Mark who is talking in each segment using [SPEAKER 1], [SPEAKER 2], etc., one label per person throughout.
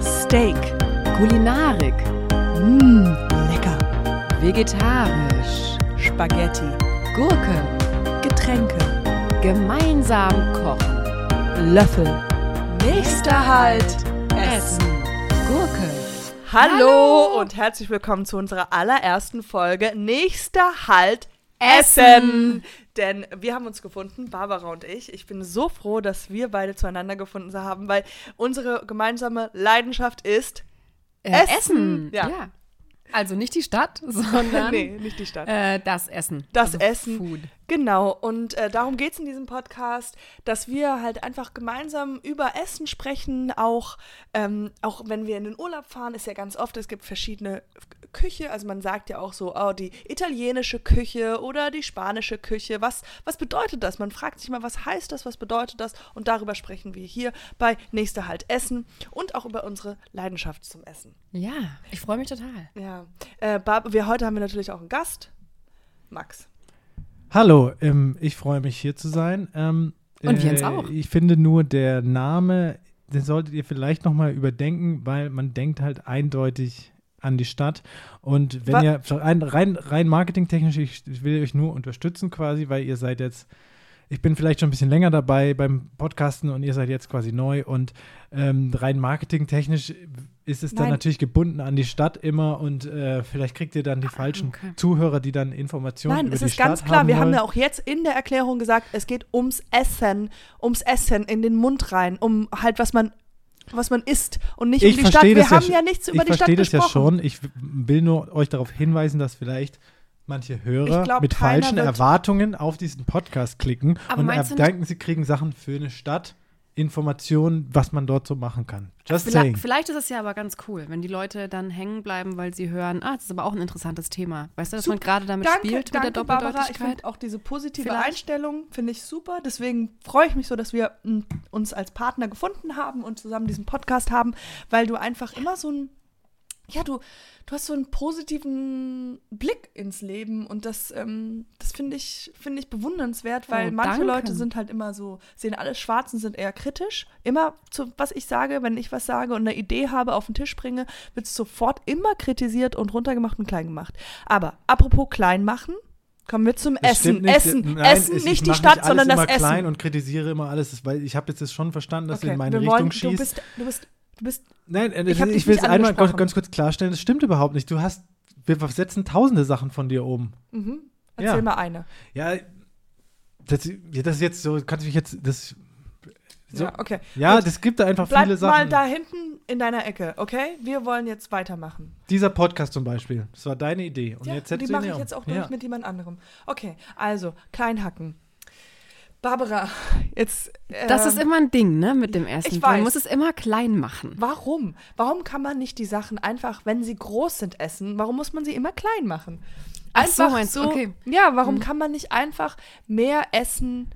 [SPEAKER 1] Steak,
[SPEAKER 2] Kulinarik,
[SPEAKER 1] mmm, lecker,
[SPEAKER 2] vegetarisch,
[SPEAKER 1] Spaghetti,
[SPEAKER 2] Gurke,
[SPEAKER 1] Getränke,
[SPEAKER 2] gemeinsam kochen.
[SPEAKER 1] Löffel. Nächster Halt,
[SPEAKER 2] Gurke.
[SPEAKER 3] Hallo, und herzlich willkommen zu unserer allerersten Folge. Nächster Halt Essen. Denn wir haben uns gefunden, Barbara und ich. Ich bin so froh, dass wir beide zueinander gefunden haben, weil unsere gemeinsame Leidenschaft ist.
[SPEAKER 2] Äh,
[SPEAKER 3] Essen.
[SPEAKER 2] Essen.
[SPEAKER 3] Ja.
[SPEAKER 2] Ja. Also nicht die Stadt, sondern
[SPEAKER 3] nee, nicht die Stadt.
[SPEAKER 2] äh, das Essen.
[SPEAKER 3] Das
[SPEAKER 2] also
[SPEAKER 3] Essen.
[SPEAKER 2] Food.
[SPEAKER 3] Genau, und äh, darum geht es in diesem Podcast, dass wir halt einfach gemeinsam über Essen sprechen, auch, ähm, auch wenn wir in den Urlaub fahren, ist ja ganz oft, es gibt verschiedene K- Küche, also man sagt ja auch so, oh, die italienische Küche oder die spanische Küche, was, was bedeutet das? Man fragt sich mal, was heißt das, was bedeutet das? Und darüber sprechen wir hier bei Nächster Halt Essen und auch über unsere Leidenschaft zum Essen.
[SPEAKER 2] Ja, ich freue mich total.
[SPEAKER 3] Ja, äh, Barb, wir heute haben wir natürlich auch einen Gast, Max.
[SPEAKER 4] Hallo, ähm, ich freue mich hier zu sein. Ähm,
[SPEAKER 2] Und Jens auch.
[SPEAKER 4] Ich finde nur, der Name, den solltet ihr vielleicht nochmal überdenken, weil man denkt halt eindeutig an die Stadt. Und wenn
[SPEAKER 3] Wa-
[SPEAKER 4] ihr, rein, rein, rein marketingtechnisch, ich, ich will euch nur unterstützen quasi, weil ihr seid jetzt, ich bin vielleicht schon ein bisschen länger dabei beim Podcasten und ihr seid jetzt quasi neu und ähm, rein marketingtechnisch ist es dann
[SPEAKER 2] Nein.
[SPEAKER 4] natürlich gebunden an die Stadt immer und äh, vielleicht kriegt ihr dann die falschen
[SPEAKER 2] okay.
[SPEAKER 4] Zuhörer, die dann Informationen
[SPEAKER 3] Ah, Nein,
[SPEAKER 4] über
[SPEAKER 3] es
[SPEAKER 4] die
[SPEAKER 3] ist ganz
[SPEAKER 4] Stadt
[SPEAKER 3] klar. wir haben
[SPEAKER 4] wollen.
[SPEAKER 3] ja auch jetzt in der Erklärung gesagt, es geht ums Essen, ums Essen in den Mund rein, um halt was man was man isst und nicht um die Stadt.
[SPEAKER 4] verstehe
[SPEAKER 3] Wir
[SPEAKER 4] das ja
[SPEAKER 3] haben
[SPEAKER 4] sch-
[SPEAKER 3] ja nichts über
[SPEAKER 4] ich
[SPEAKER 3] die Stadt
[SPEAKER 4] verstehe das ja
[SPEAKER 3] gesprochen.
[SPEAKER 4] schon. Ich w- will nur euch darauf hinweisen, dass vielleicht manche Hörer
[SPEAKER 3] Ich glaub,
[SPEAKER 4] mit
[SPEAKER 3] keiner
[SPEAKER 4] falschen
[SPEAKER 3] wird-
[SPEAKER 4] Erwartungen auf diesen Podcast klicken
[SPEAKER 2] Aber
[SPEAKER 4] und
[SPEAKER 2] meinst du
[SPEAKER 4] denken, sie kriegen Sachen für eine Stadt, Informationen, was man dort so machen kann. Just
[SPEAKER 2] Vielleicht,
[SPEAKER 4] saying.
[SPEAKER 2] vielleicht ist es ja aber ganz cool, wenn die Leute dann hängen bleiben, weil sie hören, ah, das ist aber auch ein interessantes Thema. Weißt du, dass man
[SPEAKER 3] Super.
[SPEAKER 2] gerade damit spielt
[SPEAKER 3] danke,
[SPEAKER 2] mit der
[SPEAKER 3] Barbara. Ich
[SPEAKER 2] Doppeldeutigkeit?
[SPEAKER 3] finde auch diese positive
[SPEAKER 2] Vielleicht.
[SPEAKER 3] Einstellung finde ich super. Deswegen freue ich mich so, dass wir mm, uns als Partner gefunden haben und zusammen diesen Podcast haben, weil du einfach immer so ein ja, du, du hast so einen positiven Blick ins Leben und das, ähm, das finde ich, finde ich bewundernswert, weil
[SPEAKER 2] Oh,
[SPEAKER 3] manche
[SPEAKER 2] danke.
[SPEAKER 3] Leute sind halt immer so, sehen alles schwarz und sind eher kritisch. Immer zu, was ich sage, wenn ich was sage und eine Idee habe, auf den Tisch bringe, wird es sofort immer kritisiert und runtergemacht und klein gemacht. Aber apropos klein machen, kommen wir zum
[SPEAKER 4] Das
[SPEAKER 3] Essen.
[SPEAKER 4] stimmt nicht.
[SPEAKER 3] Essen,
[SPEAKER 4] Nein,
[SPEAKER 3] Essen,
[SPEAKER 4] es- ich
[SPEAKER 3] nicht die
[SPEAKER 4] mache
[SPEAKER 3] Stadt,
[SPEAKER 4] alles
[SPEAKER 3] sondern das
[SPEAKER 4] immer
[SPEAKER 3] Essen.
[SPEAKER 4] klein und kritisiere immer alles, das- weil ich habe jetzt das schon verstanden, dass du in meine
[SPEAKER 3] wir
[SPEAKER 4] Richtung
[SPEAKER 3] wollen,
[SPEAKER 4] schießt.
[SPEAKER 3] du bist, du bist, du bist
[SPEAKER 4] Nein, äh,
[SPEAKER 3] Ich hab
[SPEAKER 4] ich,
[SPEAKER 3] dich
[SPEAKER 4] will
[SPEAKER 3] nicht
[SPEAKER 4] es einmal ganz,
[SPEAKER 3] angesprochen.
[SPEAKER 4] ganz kurz klarstellen, das stimmt überhaupt nicht. Du hast, wir setzen tausende Sachen von dir oben.
[SPEAKER 3] mhm,
[SPEAKER 4] Ja.
[SPEAKER 3] erzähl mal eine.
[SPEAKER 4] Ja, das, ja, das ist jetzt so, kannst du mich jetzt, das, so,
[SPEAKER 3] Ja,
[SPEAKER 4] ja,
[SPEAKER 3] okay.
[SPEAKER 4] das gibt da einfach
[SPEAKER 3] Bleib
[SPEAKER 4] viele
[SPEAKER 3] mal
[SPEAKER 4] Sachen.
[SPEAKER 3] da hinten in deiner Ecke, okay? Wir wollen jetzt weitermachen.
[SPEAKER 4] Dieser Podcast zum Beispiel, das war deine Idee. Und
[SPEAKER 3] Ja,
[SPEAKER 4] jetzt
[SPEAKER 3] und die
[SPEAKER 4] setzt du ihn
[SPEAKER 3] mache
[SPEAKER 4] ja
[SPEAKER 3] ich
[SPEAKER 4] um.
[SPEAKER 3] jetzt auch durch
[SPEAKER 4] ja.
[SPEAKER 3] mit jemand anderem. Okay, also, Kleinhacken. Barbara, jetzt.
[SPEAKER 2] Das
[SPEAKER 3] ähm,
[SPEAKER 2] ist immer ein Ding, ne, mit dem Essen.
[SPEAKER 3] ich weiß.
[SPEAKER 2] Man muss es immer klein machen.
[SPEAKER 3] Warum? Warum kann man nicht die Sachen einfach, wenn sie groß sind, essen? Warum muss man sie immer klein machen?
[SPEAKER 2] Ach so, meinst du, okay. Mhm.
[SPEAKER 3] Ja, warum kann man nicht einfach mehr essen,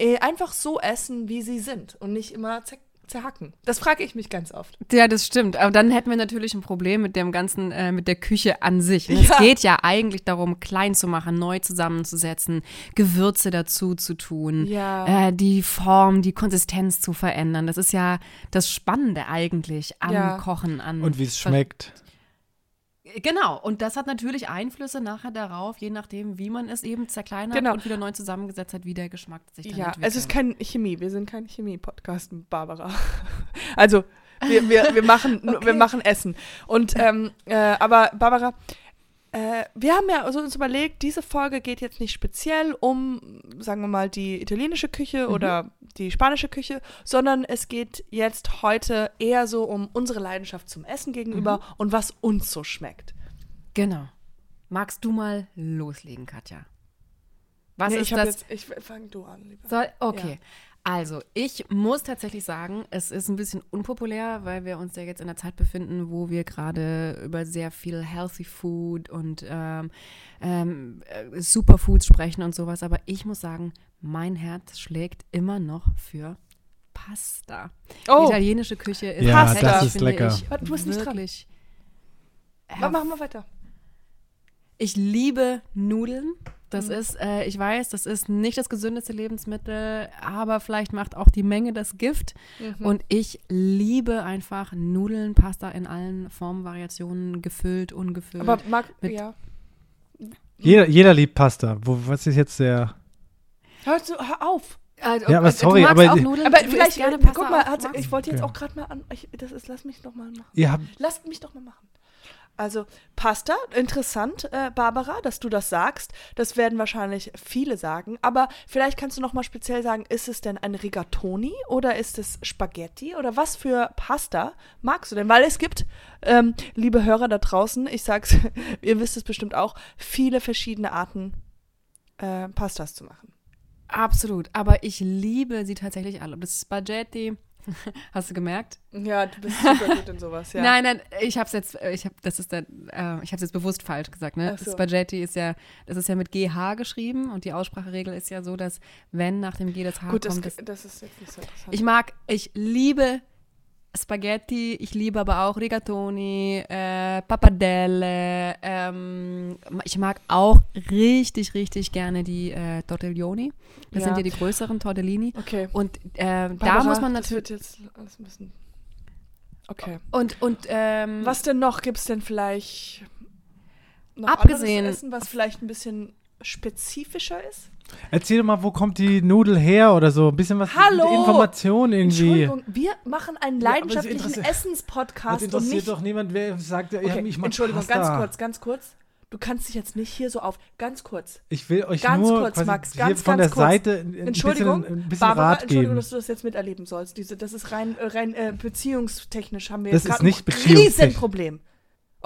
[SPEAKER 3] äh, einfach so essen, wie sie sind und nicht immer zer zerhacken? Das frage ich mich ganz oft.
[SPEAKER 2] Ja, das stimmt. Aber dann hätten wir natürlich ein Problem mit dem ganzen, äh, mit der Küche an sich. Ne?
[SPEAKER 3] Ja.
[SPEAKER 2] Es geht ja eigentlich darum, klein zu machen, neu zusammenzusetzen, Gewürze dazu zu tun,
[SPEAKER 3] Ja.
[SPEAKER 2] äh, die Form, die Konsistenz zu verändern. Das ist ja das Spannende eigentlich am
[SPEAKER 3] Ja.
[SPEAKER 2] Kochen, an
[SPEAKER 4] Und wie es schmeckt.
[SPEAKER 2] Genau. Und das hat natürlich Einflüsse nachher darauf, je nachdem, wie man es eben zerkleinert
[SPEAKER 3] Genau.
[SPEAKER 2] und wieder neu zusammengesetzt hat, wie der Geschmack sich dann
[SPEAKER 3] Ja, also
[SPEAKER 2] entwickelt.
[SPEAKER 3] es ist kein Chemie. Wir sind kein Chemie-Podcast, Barbara. Also, wir, wir, wir, machen, nur- wir
[SPEAKER 2] Okay.
[SPEAKER 3] machen Essen. Und, ähm, äh, aber Barbara, äh, wir haben ja also uns überlegt, diese Folge geht jetzt nicht speziell um, sagen wir mal, die italienische Küche
[SPEAKER 2] Mhm.
[SPEAKER 3] oder die spanische Küche, sondern es geht jetzt heute eher so um unsere Leidenschaft zum Essen
[SPEAKER 2] Mhm.
[SPEAKER 3] gegenüber und was uns so schmeckt.
[SPEAKER 2] Genau. Magst du mal loslegen, Katja? Was
[SPEAKER 3] Nee,
[SPEAKER 2] ist
[SPEAKER 3] ich hab
[SPEAKER 2] das?
[SPEAKER 3] jetzt, ich fang du an, lieber.
[SPEAKER 2] Soll, okay. Also, ich muss tatsächlich sagen, es ist ein bisschen unpopulär, weil wir uns ja jetzt in einer Zeit befinden, wo wir gerade über sehr viel Healthy Food und ähm, ähm, äh, Superfoods sprechen und sowas. Aber ich muss sagen, mein Herz schlägt immer noch für Pasta. Die
[SPEAKER 3] Oh,
[SPEAKER 2] italienische Küche ist
[SPEAKER 4] Ja,
[SPEAKER 2] tatsächlich,
[SPEAKER 3] das
[SPEAKER 4] ist
[SPEAKER 2] finde
[SPEAKER 4] lecker.
[SPEAKER 2] Ich,
[SPEAKER 3] Warte, du bist nicht dran.
[SPEAKER 2] wirklich
[SPEAKER 3] machen wir weiter.
[SPEAKER 2] ich liebe Nudeln. Das ist, äh, ich weiß, das ist nicht das gesündeste Lebensmittel, aber vielleicht macht auch die Menge das Gift. Und ich liebe einfach Nudeln, Pasta in allen Formen, Variationen, gefüllt, ungefüllt.
[SPEAKER 3] Aber mag,
[SPEAKER 2] Mit-
[SPEAKER 3] ja. Hm.
[SPEAKER 4] Jeder, jeder liebt Pasta. Wo, was ist jetzt der.
[SPEAKER 3] Hör, zu, hör auf.
[SPEAKER 2] Also,
[SPEAKER 4] Ja, aber sorry,
[SPEAKER 2] du magst
[SPEAKER 4] aber-
[SPEAKER 2] auch Nudeln,
[SPEAKER 3] Aber
[SPEAKER 2] du isst
[SPEAKER 3] vielleicht,
[SPEAKER 2] gerne Pasta
[SPEAKER 3] guck mal,
[SPEAKER 2] auch,
[SPEAKER 3] hat,
[SPEAKER 2] magst-
[SPEAKER 3] ich wollte jetzt
[SPEAKER 4] Okay.
[SPEAKER 3] auch gerade mal an, ich, das ist, lass mich doch mal machen.
[SPEAKER 4] Ihr habt,
[SPEAKER 3] Lasst mich doch mal machen. Also Pasta, interessant, äh, Barbara, dass du das sagst. Das werden wahrscheinlich viele sagen. Aber vielleicht kannst du noch mal speziell sagen, ist es denn ein Rigatoni oder ist es Spaghetti oder was für Pasta magst du denn? Weil es gibt, ähm, liebe Hörer da draußen, ich sag's, ihr wisst es bestimmt auch, viele verschiedene Arten äh, Pastas zu machen.
[SPEAKER 2] Absolut, aber ich liebe sie tatsächlich alle. Ob das Spaghetti, hast du gemerkt?
[SPEAKER 3] Ja, du bist super gut in sowas, ja.
[SPEAKER 2] Nein, nein, ich habe es jetzt, äh, ich habe, das ist der, äh, ich habe jetzt bewusst falsch gesagt. Ne,
[SPEAKER 3] Ach so.
[SPEAKER 2] Spaghetti ist ja, das ist ja mit GH geschrieben und die Ausspracheregel ist ja so, dass wenn nach dem G das H
[SPEAKER 3] Gut, das,
[SPEAKER 2] kommt, das,
[SPEAKER 3] das ist jetzt nicht so interessant.
[SPEAKER 2] ich mag, ich liebe Spaghetti, ich liebe aber auch Rigatoni, äh, Pappardelle. Ähm, ich mag auch richtig, richtig gerne die äh, Tortelloni. Das
[SPEAKER 3] Ja.
[SPEAKER 2] sind ja die größeren Tortellini.
[SPEAKER 3] okay.
[SPEAKER 2] Und äh, da
[SPEAKER 3] Barbara,
[SPEAKER 2] muss man
[SPEAKER 3] das
[SPEAKER 2] natürlich.
[SPEAKER 3] wird jetzt alles ein bisschen. Okay.
[SPEAKER 2] Und, und ähm,
[SPEAKER 3] Was denn noch? Gibt es denn vielleicht noch
[SPEAKER 2] Abgesehen-
[SPEAKER 3] anderes Essen, was vielleicht ein bisschen spezifischer ist?
[SPEAKER 4] erzähl doch mal, wo kommt die Nudel her oder so? Ein bisschen was.
[SPEAKER 3] Hallo!
[SPEAKER 4] Information irgendwie.
[SPEAKER 3] Entschuldigung, wir machen einen
[SPEAKER 4] Ja, aber
[SPEAKER 3] leidenschaftlichen
[SPEAKER 4] es interessiert- Das
[SPEAKER 3] Essenspodcast und
[SPEAKER 4] interessiert
[SPEAKER 3] nicht...
[SPEAKER 4] doch niemand, wer sagt, ja,
[SPEAKER 3] okay,
[SPEAKER 4] ich mach
[SPEAKER 3] Entschuldigung,
[SPEAKER 4] Pasta.
[SPEAKER 3] ganz kurz, ganz kurz. Du kannst dich jetzt nicht hier so auf... Ganz kurz.
[SPEAKER 4] Ich will euch
[SPEAKER 3] Ganz
[SPEAKER 4] nur
[SPEAKER 3] kurz,
[SPEAKER 4] quasi
[SPEAKER 3] Max,
[SPEAKER 4] hier
[SPEAKER 3] ganz,
[SPEAKER 4] von
[SPEAKER 3] ganz
[SPEAKER 4] der
[SPEAKER 3] kurz.
[SPEAKER 4] Seite ein
[SPEAKER 3] Entschuldigung,
[SPEAKER 4] bisschen, ein bisschen
[SPEAKER 3] Barbara,
[SPEAKER 4] Rat
[SPEAKER 3] Entschuldigung,
[SPEAKER 4] geben.
[SPEAKER 3] dass du das jetzt miterleben sollst. Diese, das ist rein, äh, rein äh, beziehungstechnisch haben wir
[SPEAKER 4] Das
[SPEAKER 3] jetzt
[SPEAKER 4] ist
[SPEAKER 3] gerade
[SPEAKER 4] nicht
[SPEAKER 3] ein
[SPEAKER 4] beziehungstechnisch.
[SPEAKER 3] Riesenproblem.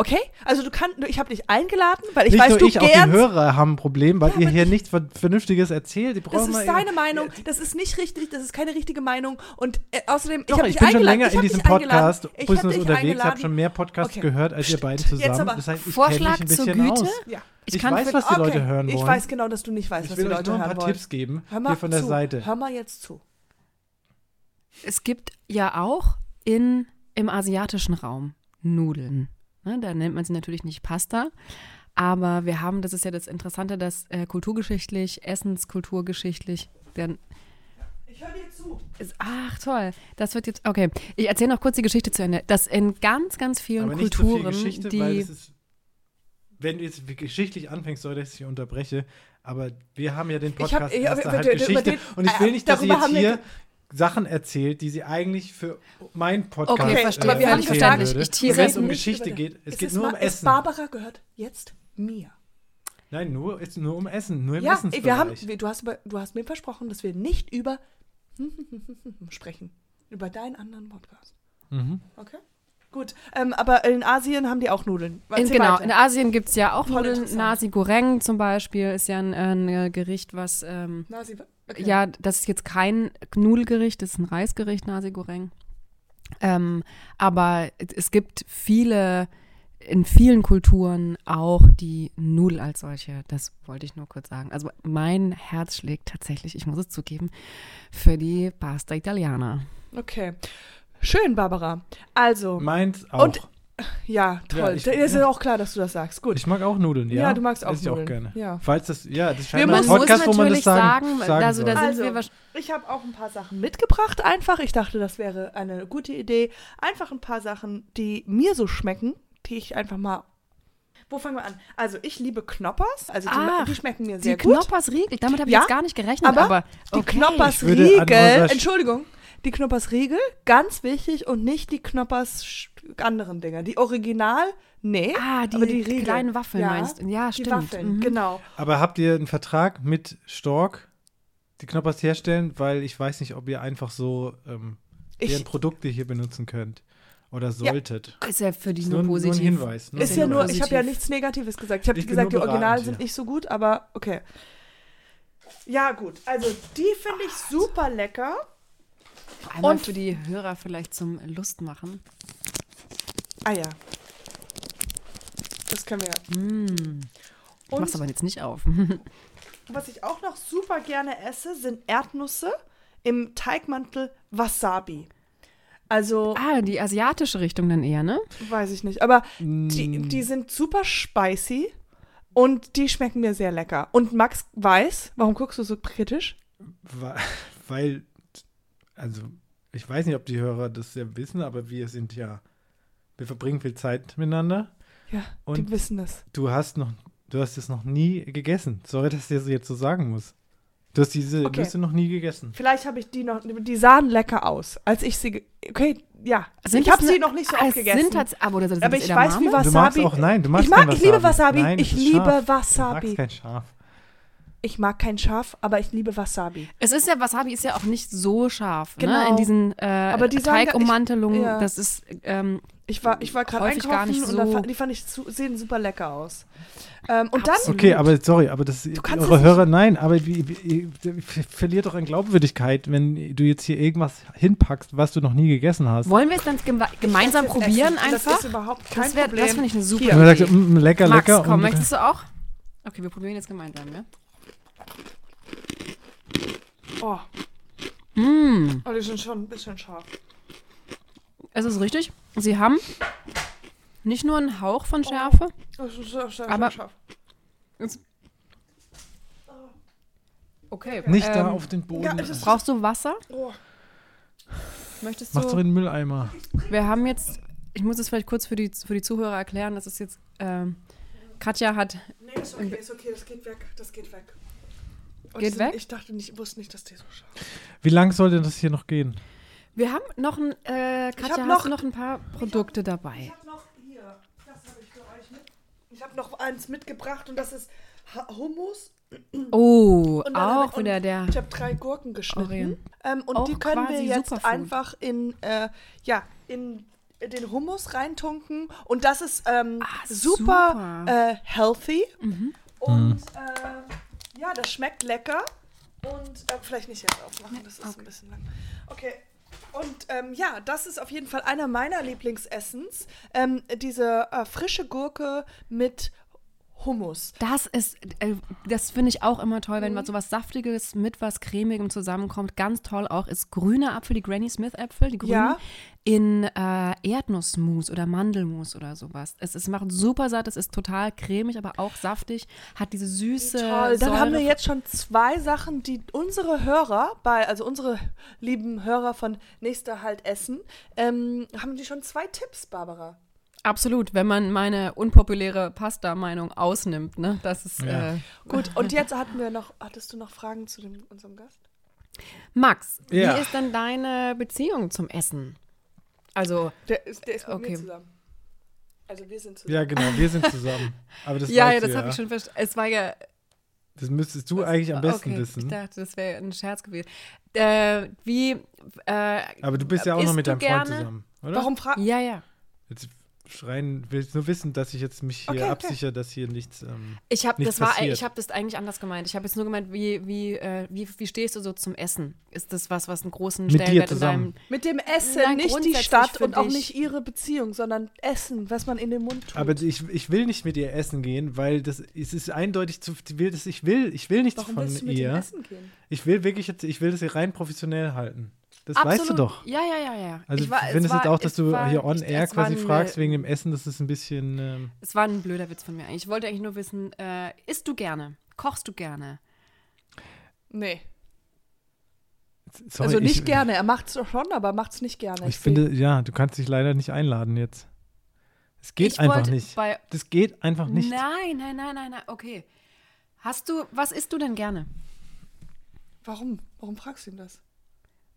[SPEAKER 3] Okay? Also du kannst, ich habe dich eingeladen, weil ich
[SPEAKER 4] nicht
[SPEAKER 3] weiß,
[SPEAKER 4] nur
[SPEAKER 3] du
[SPEAKER 4] ich, auch die
[SPEAKER 3] gern
[SPEAKER 4] Hörer haben ein Problem, weil
[SPEAKER 3] Ja,
[SPEAKER 4] ihr
[SPEAKER 3] aber
[SPEAKER 4] hier nichts Ver- Vernünftiges erzählt. Die
[SPEAKER 3] Das
[SPEAKER 4] brauchen mal
[SPEAKER 3] ist deine Meinung, das ist nicht richtig, das ist keine richtige Meinung. Und äh, außerdem, ich
[SPEAKER 4] Doch,
[SPEAKER 3] habe
[SPEAKER 4] ich
[SPEAKER 3] dich
[SPEAKER 4] bin schon
[SPEAKER 3] eingeladen.
[SPEAKER 4] länger
[SPEAKER 3] ich
[SPEAKER 4] in
[SPEAKER 3] hab
[SPEAKER 4] diesem
[SPEAKER 3] dich eingeladen.
[SPEAKER 4] Podcast
[SPEAKER 3] Ich hab
[SPEAKER 4] Business
[SPEAKER 3] dich
[SPEAKER 4] unterwegs, habe
[SPEAKER 3] eingeladen.
[SPEAKER 4] schon mehr Podcasts
[SPEAKER 3] Okay.
[SPEAKER 4] gehört als ihr beiden
[SPEAKER 3] Psst, jetzt
[SPEAKER 4] zusammen.
[SPEAKER 3] aber.
[SPEAKER 4] Das heißt, ich kenne
[SPEAKER 2] Vorschlag
[SPEAKER 4] mich ein
[SPEAKER 2] zur
[SPEAKER 4] bisschen
[SPEAKER 2] Güte.
[SPEAKER 4] aus.
[SPEAKER 3] Ja.
[SPEAKER 4] Ich,
[SPEAKER 2] kann
[SPEAKER 4] weiß,
[SPEAKER 2] für-
[SPEAKER 4] was die
[SPEAKER 3] okay.
[SPEAKER 4] Leute hören wollen.
[SPEAKER 3] Ich weiß genau, dass du nicht weißt,
[SPEAKER 4] ich
[SPEAKER 3] was die
[SPEAKER 4] will euch
[SPEAKER 3] Leute
[SPEAKER 4] nur ein
[SPEAKER 3] hören
[SPEAKER 4] paar
[SPEAKER 3] wollen.
[SPEAKER 4] Tipps geben,
[SPEAKER 3] Hör mal
[SPEAKER 4] hier von der
[SPEAKER 3] zu.
[SPEAKER 4] Seite.
[SPEAKER 3] Hör mal jetzt zu.
[SPEAKER 2] es gibt ja auch in, im asiatischen Raum Nudeln. Ne, da nennt man sie natürlich nicht Pasta. Aber wir haben, das ist ja das Interessante, dass äh, kulturgeschichtlich, essenskulturgeschichtlich, dann
[SPEAKER 3] Ich höre dir zu.
[SPEAKER 2] Ist- Ach toll, das wird jetzt okay. Ich erzähle noch kurz die Geschichte zu Ende. Dass in ganz, ganz vielen
[SPEAKER 4] Aber nicht
[SPEAKER 2] Kulturen,
[SPEAKER 4] so viel Geschichte,
[SPEAKER 2] die
[SPEAKER 4] weil es ist, wenn du jetzt geschichtlich anfängst, soll ich dich unterbreche. Aber wir haben ja den
[SPEAKER 3] hab-
[SPEAKER 4] Podcast
[SPEAKER 3] ich hab-
[SPEAKER 4] erste
[SPEAKER 3] über
[SPEAKER 4] halb
[SPEAKER 3] den- über
[SPEAKER 4] Geschichte
[SPEAKER 3] den-
[SPEAKER 4] und ich will
[SPEAKER 3] äh,
[SPEAKER 4] nicht, dass sie
[SPEAKER 3] darüber
[SPEAKER 4] jetzt
[SPEAKER 3] haben wir
[SPEAKER 4] hier Sachen erzählt, die sie eigentlich für meinen Podcast
[SPEAKER 2] Okay,
[SPEAKER 3] verstehe. Aber wir
[SPEAKER 4] äh,
[SPEAKER 3] haben
[SPEAKER 4] erzählen
[SPEAKER 3] verstanden.
[SPEAKER 4] würde.
[SPEAKER 2] Ich tiere
[SPEAKER 4] Wenn es um
[SPEAKER 3] nicht
[SPEAKER 4] Geschichte
[SPEAKER 3] über-
[SPEAKER 4] geht, es
[SPEAKER 3] Ist
[SPEAKER 4] geht nur
[SPEAKER 3] Ma-
[SPEAKER 4] um
[SPEAKER 3] ist
[SPEAKER 4] Essen.
[SPEAKER 3] Barbara gehört jetzt mir.
[SPEAKER 4] Nein, nur, ist nur um Essen, nur im
[SPEAKER 3] Ja,
[SPEAKER 4] Essensbereich.
[SPEAKER 3] wir haben, wir- du, hast, über- du hast mir versprochen, dass wir nicht über sprechen. Über deinen anderen Podcast.
[SPEAKER 4] Mhm.
[SPEAKER 3] Okay? Gut. Ähm, aber in Asien haben die auch Nudeln.
[SPEAKER 2] in,
[SPEAKER 3] Erzähl
[SPEAKER 2] genau,
[SPEAKER 3] weiter.
[SPEAKER 2] in Asien gibt es ja auch
[SPEAKER 3] Voll
[SPEAKER 2] Nudeln.
[SPEAKER 3] interessant.
[SPEAKER 2] Nasi Goreng zum Beispiel ist ja ein, ein äh, Gericht, was ähm,
[SPEAKER 3] Na, sie, okay.
[SPEAKER 2] Ja, das ist jetzt kein Nudelgericht, das ist ein Reisgericht, Nasi Goreng. Ähm, aber es gibt viele, in vielen Kulturen auch die Nudel als solche. Das wollte ich nur kurz sagen. Also mein Herz schlägt tatsächlich, ich muss es zugeben, für die Pasta Italiana.
[SPEAKER 3] Okay. Schön, Barbara. Also,
[SPEAKER 4] Meins auch.
[SPEAKER 3] Und- ja, toll.
[SPEAKER 4] Ja, ich-
[SPEAKER 3] Da ist ja auch klar, dass du das sagst. Gut.
[SPEAKER 4] ich mag auch Nudeln, ja.
[SPEAKER 3] Ja, du magst auch
[SPEAKER 4] Esse ich
[SPEAKER 3] Nudeln,
[SPEAKER 4] auch gerne.
[SPEAKER 3] ja.
[SPEAKER 4] Falls das, ja, das
[SPEAKER 3] Wir
[SPEAKER 4] scheint ein
[SPEAKER 3] müssen- muss
[SPEAKER 4] Podcast, wo man das sagen,
[SPEAKER 2] also da
[SPEAKER 4] soll.
[SPEAKER 2] sind
[SPEAKER 3] Also,
[SPEAKER 2] wir wahrscheinlich.
[SPEAKER 3] Ich habe auch ein paar Sachen mitgebracht, einfach. Ich dachte, das wäre eine gute Idee. Einfach ein paar Sachen, die mir so schmecken, die ich einfach mal. Wo fangen wir an? Also, ich liebe Knoppers. Also, die,
[SPEAKER 2] Ach,
[SPEAKER 3] die schmecken mir
[SPEAKER 2] Die
[SPEAKER 3] sehr gut.
[SPEAKER 2] Knoppersriegel, damit habe ich
[SPEAKER 3] Ja,
[SPEAKER 2] jetzt gar nicht gerechnet,
[SPEAKER 3] aber
[SPEAKER 2] aber,
[SPEAKER 3] Die
[SPEAKER 2] okay.
[SPEAKER 4] Ich würde an
[SPEAKER 3] Knoppersriegel,
[SPEAKER 4] unser-
[SPEAKER 3] Entschuldigung, die Knoppersriegel, ganz wichtig und nicht die Knoppers sch- anderen Dinger. Die Original, nee.
[SPEAKER 2] Ah,
[SPEAKER 3] aber
[SPEAKER 2] die,
[SPEAKER 3] die Riegel.
[SPEAKER 2] kleinen Waffeln
[SPEAKER 3] Ja,
[SPEAKER 2] meinst du? Ja,
[SPEAKER 3] die
[SPEAKER 2] stimmt.
[SPEAKER 3] Waffeln,
[SPEAKER 2] mhm.
[SPEAKER 3] genau.
[SPEAKER 4] Aber habt ihr einen Vertrag mit Stork, die Knoppers herstellen? Weil ich weiß nicht, ob ihr einfach so ähm,
[SPEAKER 3] Ich-
[SPEAKER 4] deren Produkte hier benutzen könnt oder solltet.
[SPEAKER 2] Ist ja für die
[SPEAKER 4] Ist
[SPEAKER 2] nur,
[SPEAKER 4] nur ein-
[SPEAKER 2] positiv.
[SPEAKER 4] Nur ein Hinweis. ne?
[SPEAKER 3] Ist
[SPEAKER 2] Sehr
[SPEAKER 3] ja nur,
[SPEAKER 2] positiv.
[SPEAKER 3] ich habe ja nichts Negatives gesagt. Ich habe
[SPEAKER 4] Ich bin
[SPEAKER 3] gesagt, die
[SPEAKER 4] nur beratend
[SPEAKER 3] Originalen sind
[SPEAKER 4] hier.
[SPEAKER 3] nicht so gut, aber okay. Ja, gut. Also, die finde ich super lecker.
[SPEAKER 2] Einmal
[SPEAKER 3] Und-
[SPEAKER 2] für die Hörer vielleicht zum Lust machen.
[SPEAKER 3] Ah ja. Das können wir.
[SPEAKER 2] Hm, Ich
[SPEAKER 3] Und
[SPEAKER 2] mach's aber jetzt nicht auf.
[SPEAKER 3] was ich auch noch super gerne esse, sind Erdnüsse im Teigmantel Wasabi. Also,
[SPEAKER 2] ah, die asiatische Richtung dann eher, ne?
[SPEAKER 3] weiß ich nicht. Aber die, die sind super spicy Und die schmecken mir sehr lecker. Und Max weiß, warum guckst du so kritisch?
[SPEAKER 4] Wa- Weil, also, ich weiß nicht, ob die Hörer das ja wissen, aber wir sind ja, wir verbringen viel Zeit miteinander.
[SPEAKER 3] Ja, die
[SPEAKER 4] Und-
[SPEAKER 3] wissen es.
[SPEAKER 4] Du hast noch, du hast es noch nie gegessen. Sorry, dass ich das jetzt so sagen muss. Du hast diese
[SPEAKER 3] Okay.
[SPEAKER 4] Nüsse noch nie gegessen.
[SPEAKER 3] Vielleicht habe ich die noch, die sahen lecker aus, als ich sie, ge- okay, ja.
[SPEAKER 2] Sind
[SPEAKER 3] Also ich habe
[SPEAKER 2] das
[SPEAKER 3] sie
[SPEAKER 2] eine-
[SPEAKER 3] noch nicht so
[SPEAKER 2] Ah,
[SPEAKER 3] oft
[SPEAKER 2] es
[SPEAKER 3] gegessen.
[SPEAKER 2] Sind tats- aber, oder sind
[SPEAKER 3] Aber
[SPEAKER 2] das
[SPEAKER 3] ich weiß, wie
[SPEAKER 2] Edamame?
[SPEAKER 3] was-
[SPEAKER 4] Du magst
[SPEAKER 3] Wasabi-
[SPEAKER 4] auch, ne- nein, du magst
[SPEAKER 3] Ich mag-
[SPEAKER 4] kein
[SPEAKER 3] ich liebe Wasabi.
[SPEAKER 4] Nein, das
[SPEAKER 3] Ich
[SPEAKER 4] ist
[SPEAKER 3] liebe
[SPEAKER 4] scharf.
[SPEAKER 3] Wasabi. Mhm.
[SPEAKER 4] Du magst kein Schaf.
[SPEAKER 3] Ich mag kein Schaf, aber ich liebe Wasabi.
[SPEAKER 2] Es ist ja, Wasabi ist ja auch nicht so scharf, ne?
[SPEAKER 3] Genau.
[SPEAKER 2] In diesen äh, Aber
[SPEAKER 3] die sagen-
[SPEAKER 2] Teigummantelungen,
[SPEAKER 3] ich- ja.
[SPEAKER 2] das ist, ähm,
[SPEAKER 3] Ich war, ich war gerade
[SPEAKER 2] Häufig
[SPEAKER 3] einkaufen
[SPEAKER 2] gar nicht
[SPEAKER 3] und da
[SPEAKER 2] so-
[SPEAKER 3] fa- die fand ich zu, sehen super lecker aus. Ähm, und dann,
[SPEAKER 2] Absolut.
[SPEAKER 4] Okay, aber sorry, aber das
[SPEAKER 3] kannst
[SPEAKER 4] eure
[SPEAKER 3] das
[SPEAKER 4] Hörer, nein, aber wie, wie, ihr verliert doch an Glaubwürdigkeit, wenn du jetzt hier irgendwas hinpackst, was du noch nie gegessen hast.
[SPEAKER 2] wollen wir es dann gem gemeinsam
[SPEAKER 3] Das ist
[SPEAKER 2] probieren
[SPEAKER 3] Essen.
[SPEAKER 2] einfach?
[SPEAKER 3] Das ist überhaupt kein
[SPEAKER 2] Das wär-
[SPEAKER 3] Problem.
[SPEAKER 2] das finde ich eine super
[SPEAKER 3] Hier.
[SPEAKER 4] Und dann sagst
[SPEAKER 2] Idee.
[SPEAKER 4] du, mm, lecker,
[SPEAKER 2] Max,
[SPEAKER 4] lecker.
[SPEAKER 2] komm,
[SPEAKER 4] und,
[SPEAKER 2] möchtest du auch? Okay, wir probieren jetzt gemeinsam, ja?
[SPEAKER 3] Oh,
[SPEAKER 2] Mm,
[SPEAKER 3] oh, die sind schon ein bisschen scharf.
[SPEAKER 2] es ist richtig. Sie haben nicht nur einen Hauch von
[SPEAKER 3] Oh.
[SPEAKER 2] Schärfe.
[SPEAKER 3] Das ist sehr, sehr,
[SPEAKER 2] Aber-
[SPEAKER 3] sehr scharf.
[SPEAKER 2] Okay.
[SPEAKER 4] Nicht da
[SPEAKER 2] ähm,
[SPEAKER 4] auf den Boden.
[SPEAKER 3] Ja, es ist,
[SPEAKER 2] Brauchst du Wasser?
[SPEAKER 3] oh,
[SPEAKER 2] Möchtest
[SPEAKER 4] Machst du
[SPEAKER 2] du?
[SPEAKER 4] in den Mülleimer.
[SPEAKER 2] Wir haben jetzt, ich muss es vielleicht kurz für die, für die Zuhörer erklären, das ist jetzt, ähm, Katja hat,
[SPEAKER 3] nee, ist okay, ist okay, das geht weg, das geht weg. Und
[SPEAKER 2] Geht
[SPEAKER 3] die
[SPEAKER 2] weg?
[SPEAKER 3] Ich dachte nicht, wusste nicht, dass die so scharf sind.
[SPEAKER 4] Wie lang sollte das hier noch gehen?
[SPEAKER 2] wir haben noch ein, äh, Katja,
[SPEAKER 3] hab
[SPEAKER 2] hast
[SPEAKER 3] noch-
[SPEAKER 2] du noch ein paar Produkte dabei?
[SPEAKER 3] Ich habe noch hier, das habe ich für euch mit. Ich habe noch eins mitgebracht und das ist Ha- Hummus.
[SPEAKER 2] Oh,
[SPEAKER 3] Und dann hab
[SPEAKER 2] auch
[SPEAKER 3] ich- und
[SPEAKER 2] wieder der,
[SPEAKER 3] Ich habe drei Gurken geschnitten.
[SPEAKER 2] Orient.
[SPEAKER 3] Ähm, und
[SPEAKER 2] Auch
[SPEAKER 3] die können wir
[SPEAKER 2] quasi
[SPEAKER 3] jetzt
[SPEAKER 2] Superfood.
[SPEAKER 3] einfach in, äh, ja, in den Hummus reintunken. Und das ist ähm,
[SPEAKER 2] Ah,
[SPEAKER 3] super,
[SPEAKER 2] super. Mhm.
[SPEAKER 3] Äh, healthy. Und äh, ja, das schmeckt lecker. Und äh, vielleicht nicht jetzt aufmachen, das ist ein bisschen lang. Okay. Und ähm, ja, das ist auf jeden Fall einer meiner Lieblingsessens. Ähm, diese äh, frische Gurke mit Hummus.
[SPEAKER 2] das ist, äh, das finde ich auch immer toll, wenn
[SPEAKER 3] Mhm.
[SPEAKER 2] was sowas Saftiges mit was Cremigem zusammenkommt. Ganz toll auch ist grüner Apfel, die Granny Smith Äpfel, die grünen,
[SPEAKER 3] Ja.
[SPEAKER 2] in äh, Erdnussmus oder Mandelmus oder sowas. Es, es macht super satt, es ist total cremig, aber auch saftig, hat diese süße
[SPEAKER 3] Toll, dann
[SPEAKER 2] Säure
[SPEAKER 3] haben wir
[SPEAKER 2] von-
[SPEAKER 3] jetzt schon zwei Sachen, die unsere Hörer bei, also unsere lieben Hörer von Nächster Halt Essen, ähm, haben die schon zwei Tipps, Barbara.
[SPEAKER 2] Absolut, wenn man meine unpopuläre Pasta-Meinung ausnimmt, ne? Das ist
[SPEAKER 4] Ja.
[SPEAKER 2] äh,
[SPEAKER 3] Gut, und jetzt hatten wir noch, hattest du noch Fragen zu dem, unserem Gast?
[SPEAKER 2] Max,
[SPEAKER 4] Ja.
[SPEAKER 2] wie ist denn deine Beziehung zum Essen? Also,
[SPEAKER 3] Der ist, der ist mit
[SPEAKER 2] Okay.
[SPEAKER 3] mir zusammen. Also wir sind zusammen.
[SPEAKER 4] Ja, genau, wir sind zusammen. Aber das
[SPEAKER 2] ja,
[SPEAKER 4] weißt
[SPEAKER 2] ja,
[SPEAKER 4] du
[SPEAKER 2] das habe ich schon verstanden. Es war ja.
[SPEAKER 4] Das müsstest du eigentlich am besten
[SPEAKER 2] Ah, okay, Ich
[SPEAKER 4] wissen.
[SPEAKER 2] dachte, das wäre ein Scherz gewesen. Äh, wie. Äh,
[SPEAKER 4] Aber du bist ja auch noch
[SPEAKER 2] isst
[SPEAKER 4] mit
[SPEAKER 2] du
[SPEAKER 4] deinem
[SPEAKER 2] gerne?
[SPEAKER 4] Freund zusammen, oder?
[SPEAKER 3] Warum fragen?
[SPEAKER 2] Ja, ja.
[SPEAKER 4] Jetzt schreien, willst nur wissen, dass ich jetzt mich hier
[SPEAKER 3] Okay, okay.
[SPEAKER 4] absichere, dass hier nichts. Ähm,
[SPEAKER 2] Ich habe
[SPEAKER 4] Nichts
[SPEAKER 2] das war,
[SPEAKER 4] passiert.
[SPEAKER 2] ich habe das eigentlich anders gemeint. Ich habe jetzt nur gemeint, wie wie, äh, wie wie stehst du so zum Essen? Ist das was, was einen großen
[SPEAKER 4] Mit dir
[SPEAKER 2] Stellenwert in
[SPEAKER 4] zusammen.
[SPEAKER 2] deinem
[SPEAKER 3] Mit dem Essen,
[SPEAKER 2] Nein,
[SPEAKER 3] nicht die
[SPEAKER 2] grundsätzlich
[SPEAKER 3] Stadt
[SPEAKER 2] für
[SPEAKER 3] und auch
[SPEAKER 2] dich.
[SPEAKER 3] nicht ihre Beziehung, sondern Essen, was man in den Mund tut.
[SPEAKER 4] aber ich, ich will nicht mit ihr essen gehen, weil das es ist eindeutig zu viel. Das ich will, ich will nichts
[SPEAKER 3] Warum
[SPEAKER 4] von
[SPEAKER 3] willst du mit dem
[SPEAKER 4] ihr.
[SPEAKER 3] Essen gehen?
[SPEAKER 4] Ich will wirklich jetzt, ich will das hier rein professionell halten. Das weißt du
[SPEAKER 2] Absolut.
[SPEAKER 4] doch.
[SPEAKER 2] Ja, ja, ja, ja.
[SPEAKER 4] Also
[SPEAKER 2] Ich war-
[SPEAKER 4] ich finde es
[SPEAKER 2] war-
[SPEAKER 4] jetzt auch, dass
[SPEAKER 2] es
[SPEAKER 4] du
[SPEAKER 2] war
[SPEAKER 4] hier on
[SPEAKER 2] nicht-
[SPEAKER 4] air
[SPEAKER 2] es war
[SPEAKER 4] quasi
[SPEAKER 2] eine-
[SPEAKER 4] fragst wegen dem Essen, das ist ein bisschen. Ähm,
[SPEAKER 2] Es war ein blöder Witz von mir eigentlich. Ich wollte eigentlich nur wissen, äh, isst du gerne? Kochst du gerne?
[SPEAKER 3] Nee,
[SPEAKER 4] sorry,
[SPEAKER 3] also nicht
[SPEAKER 4] ich,
[SPEAKER 3] gerne. Er macht es doch schon, aber macht es nicht gerne.
[SPEAKER 4] Ich
[SPEAKER 3] seh-
[SPEAKER 4] finde, ja, du kannst dich leider nicht einladen jetzt. Es geht
[SPEAKER 2] ich
[SPEAKER 4] einfach
[SPEAKER 2] wollte
[SPEAKER 4] nicht.
[SPEAKER 2] Bei,
[SPEAKER 4] Das geht einfach nicht.
[SPEAKER 2] Nein, nein, nein, nein, nein. Okay. Hast du, was isst du denn gerne?
[SPEAKER 3] Warum? Warum fragst du ihn das?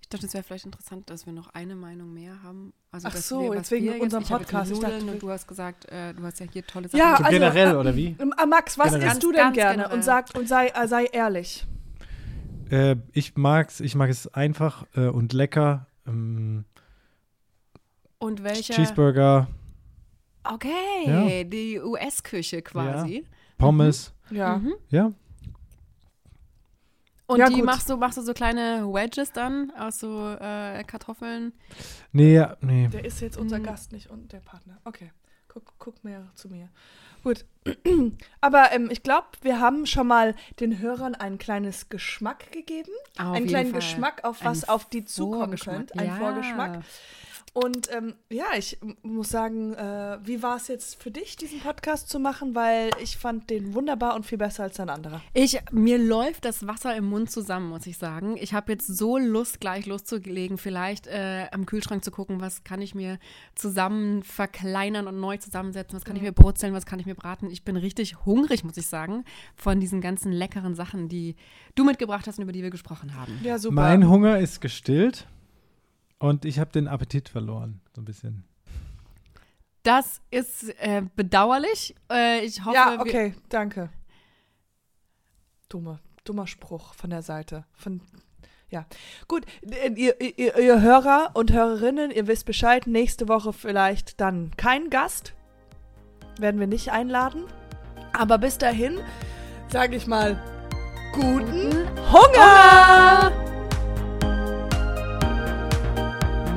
[SPEAKER 2] Ich dachte, es wäre vielleicht interessant, dass wir noch eine Meinung mehr haben. Also,
[SPEAKER 3] Ach
[SPEAKER 2] dass
[SPEAKER 3] so,
[SPEAKER 2] wir,
[SPEAKER 3] jetzt
[SPEAKER 2] was
[SPEAKER 3] wegen
[SPEAKER 2] wir
[SPEAKER 3] unserem
[SPEAKER 2] jetzt, ich hab
[SPEAKER 3] Podcast.
[SPEAKER 2] Jetzt
[SPEAKER 3] Ich
[SPEAKER 2] ich
[SPEAKER 3] dachte,
[SPEAKER 2] dachte,
[SPEAKER 3] wir-
[SPEAKER 2] und du hast gesagt, äh, du hast ja hier tolle Sachen.
[SPEAKER 3] Ja,
[SPEAKER 4] So
[SPEAKER 3] also,
[SPEAKER 4] generell,
[SPEAKER 3] äh,
[SPEAKER 4] oder wie?
[SPEAKER 3] Ähm, äh, Max, was
[SPEAKER 4] Generell.
[SPEAKER 3] isst du denn
[SPEAKER 2] Ganz
[SPEAKER 3] gerne?
[SPEAKER 2] generell.
[SPEAKER 3] Und sag und sei, äh, sei ehrlich.
[SPEAKER 4] Äh, ich mag's, ich mag es einfach äh, und lecker. Ähm,
[SPEAKER 2] und welche?
[SPEAKER 4] Cheeseburger,
[SPEAKER 2] Okay,
[SPEAKER 4] Ja.
[SPEAKER 2] die US-Küche quasi.
[SPEAKER 4] Pommes,
[SPEAKER 3] Ja.
[SPEAKER 4] ja.
[SPEAKER 2] Mhm. Und
[SPEAKER 3] Ja,
[SPEAKER 2] die
[SPEAKER 3] gut.
[SPEAKER 2] machst du, machst du so kleine Wedges dann aus so äh, Kartoffeln.
[SPEAKER 4] Nee, ja, nee.
[SPEAKER 3] Der ist jetzt unser
[SPEAKER 2] Mhm.
[SPEAKER 3] Gast, nicht und der Partner. Okay. Guck, guck mehr zu mir. Gut. Aber ähm, ich glaube, wir haben schon mal den Hörern ein kleines Geschmack gegeben.
[SPEAKER 2] Auf
[SPEAKER 3] einen
[SPEAKER 2] jeden
[SPEAKER 3] kleinen
[SPEAKER 2] Fall.
[SPEAKER 3] Geschmack auf
[SPEAKER 2] Ein
[SPEAKER 3] was auf die zukommen
[SPEAKER 2] Vorgeschmack.
[SPEAKER 3] könnte. Ein
[SPEAKER 2] ja.
[SPEAKER 3] Vorgeschmack. Und ähm, ja, ich m- muss sagen, äh, wie war es jetzt für dich, diesen Podcast zu machen? Weil ich fand den wunderbar und viel besser als ein anderer.
[SPEAKER 2] Ich, mir läuft das Wasser im Mund zusammen, muss ich sagen. Ich habe jetzt so Lust, gleich loszulegen, vielleicht äh, am Kühlschrank zu gucken, was kann ich mir zusammen verkleinern und neu zusammensetzen, was kann ich mir brutzeln, was kann ich mir braten. Ich bin richtig hungrig, muss ich sagen, von diesen ganzen leckeren Sachen, die du mitgebracht hast und über die wir gesprochen haben.
[SPEAKER 3] Ja, super.
[SPEAKER 4] Mein Hunger ist gestillt und ich habe den Appetit verloren, so ein bisschen.
[SPEAKER 2] Das ist äh, bedauerlich. Äh, ich hoffe,
[SPEAKER 3] ja,
[SPEAKER 2] wir-
[SPEAKER 3] okay, danke. Dummer, dummer Spruch von der Seite. Von, ja, gut, äh, ihr, ihr, ihr Hörer und Hörerinnen, ihr wisst Bescheid, nächste Woche vielleicht dann kein Gast. Werden wir nicht einladen. Aber bis dahin, sage ich mal, guten Hunger!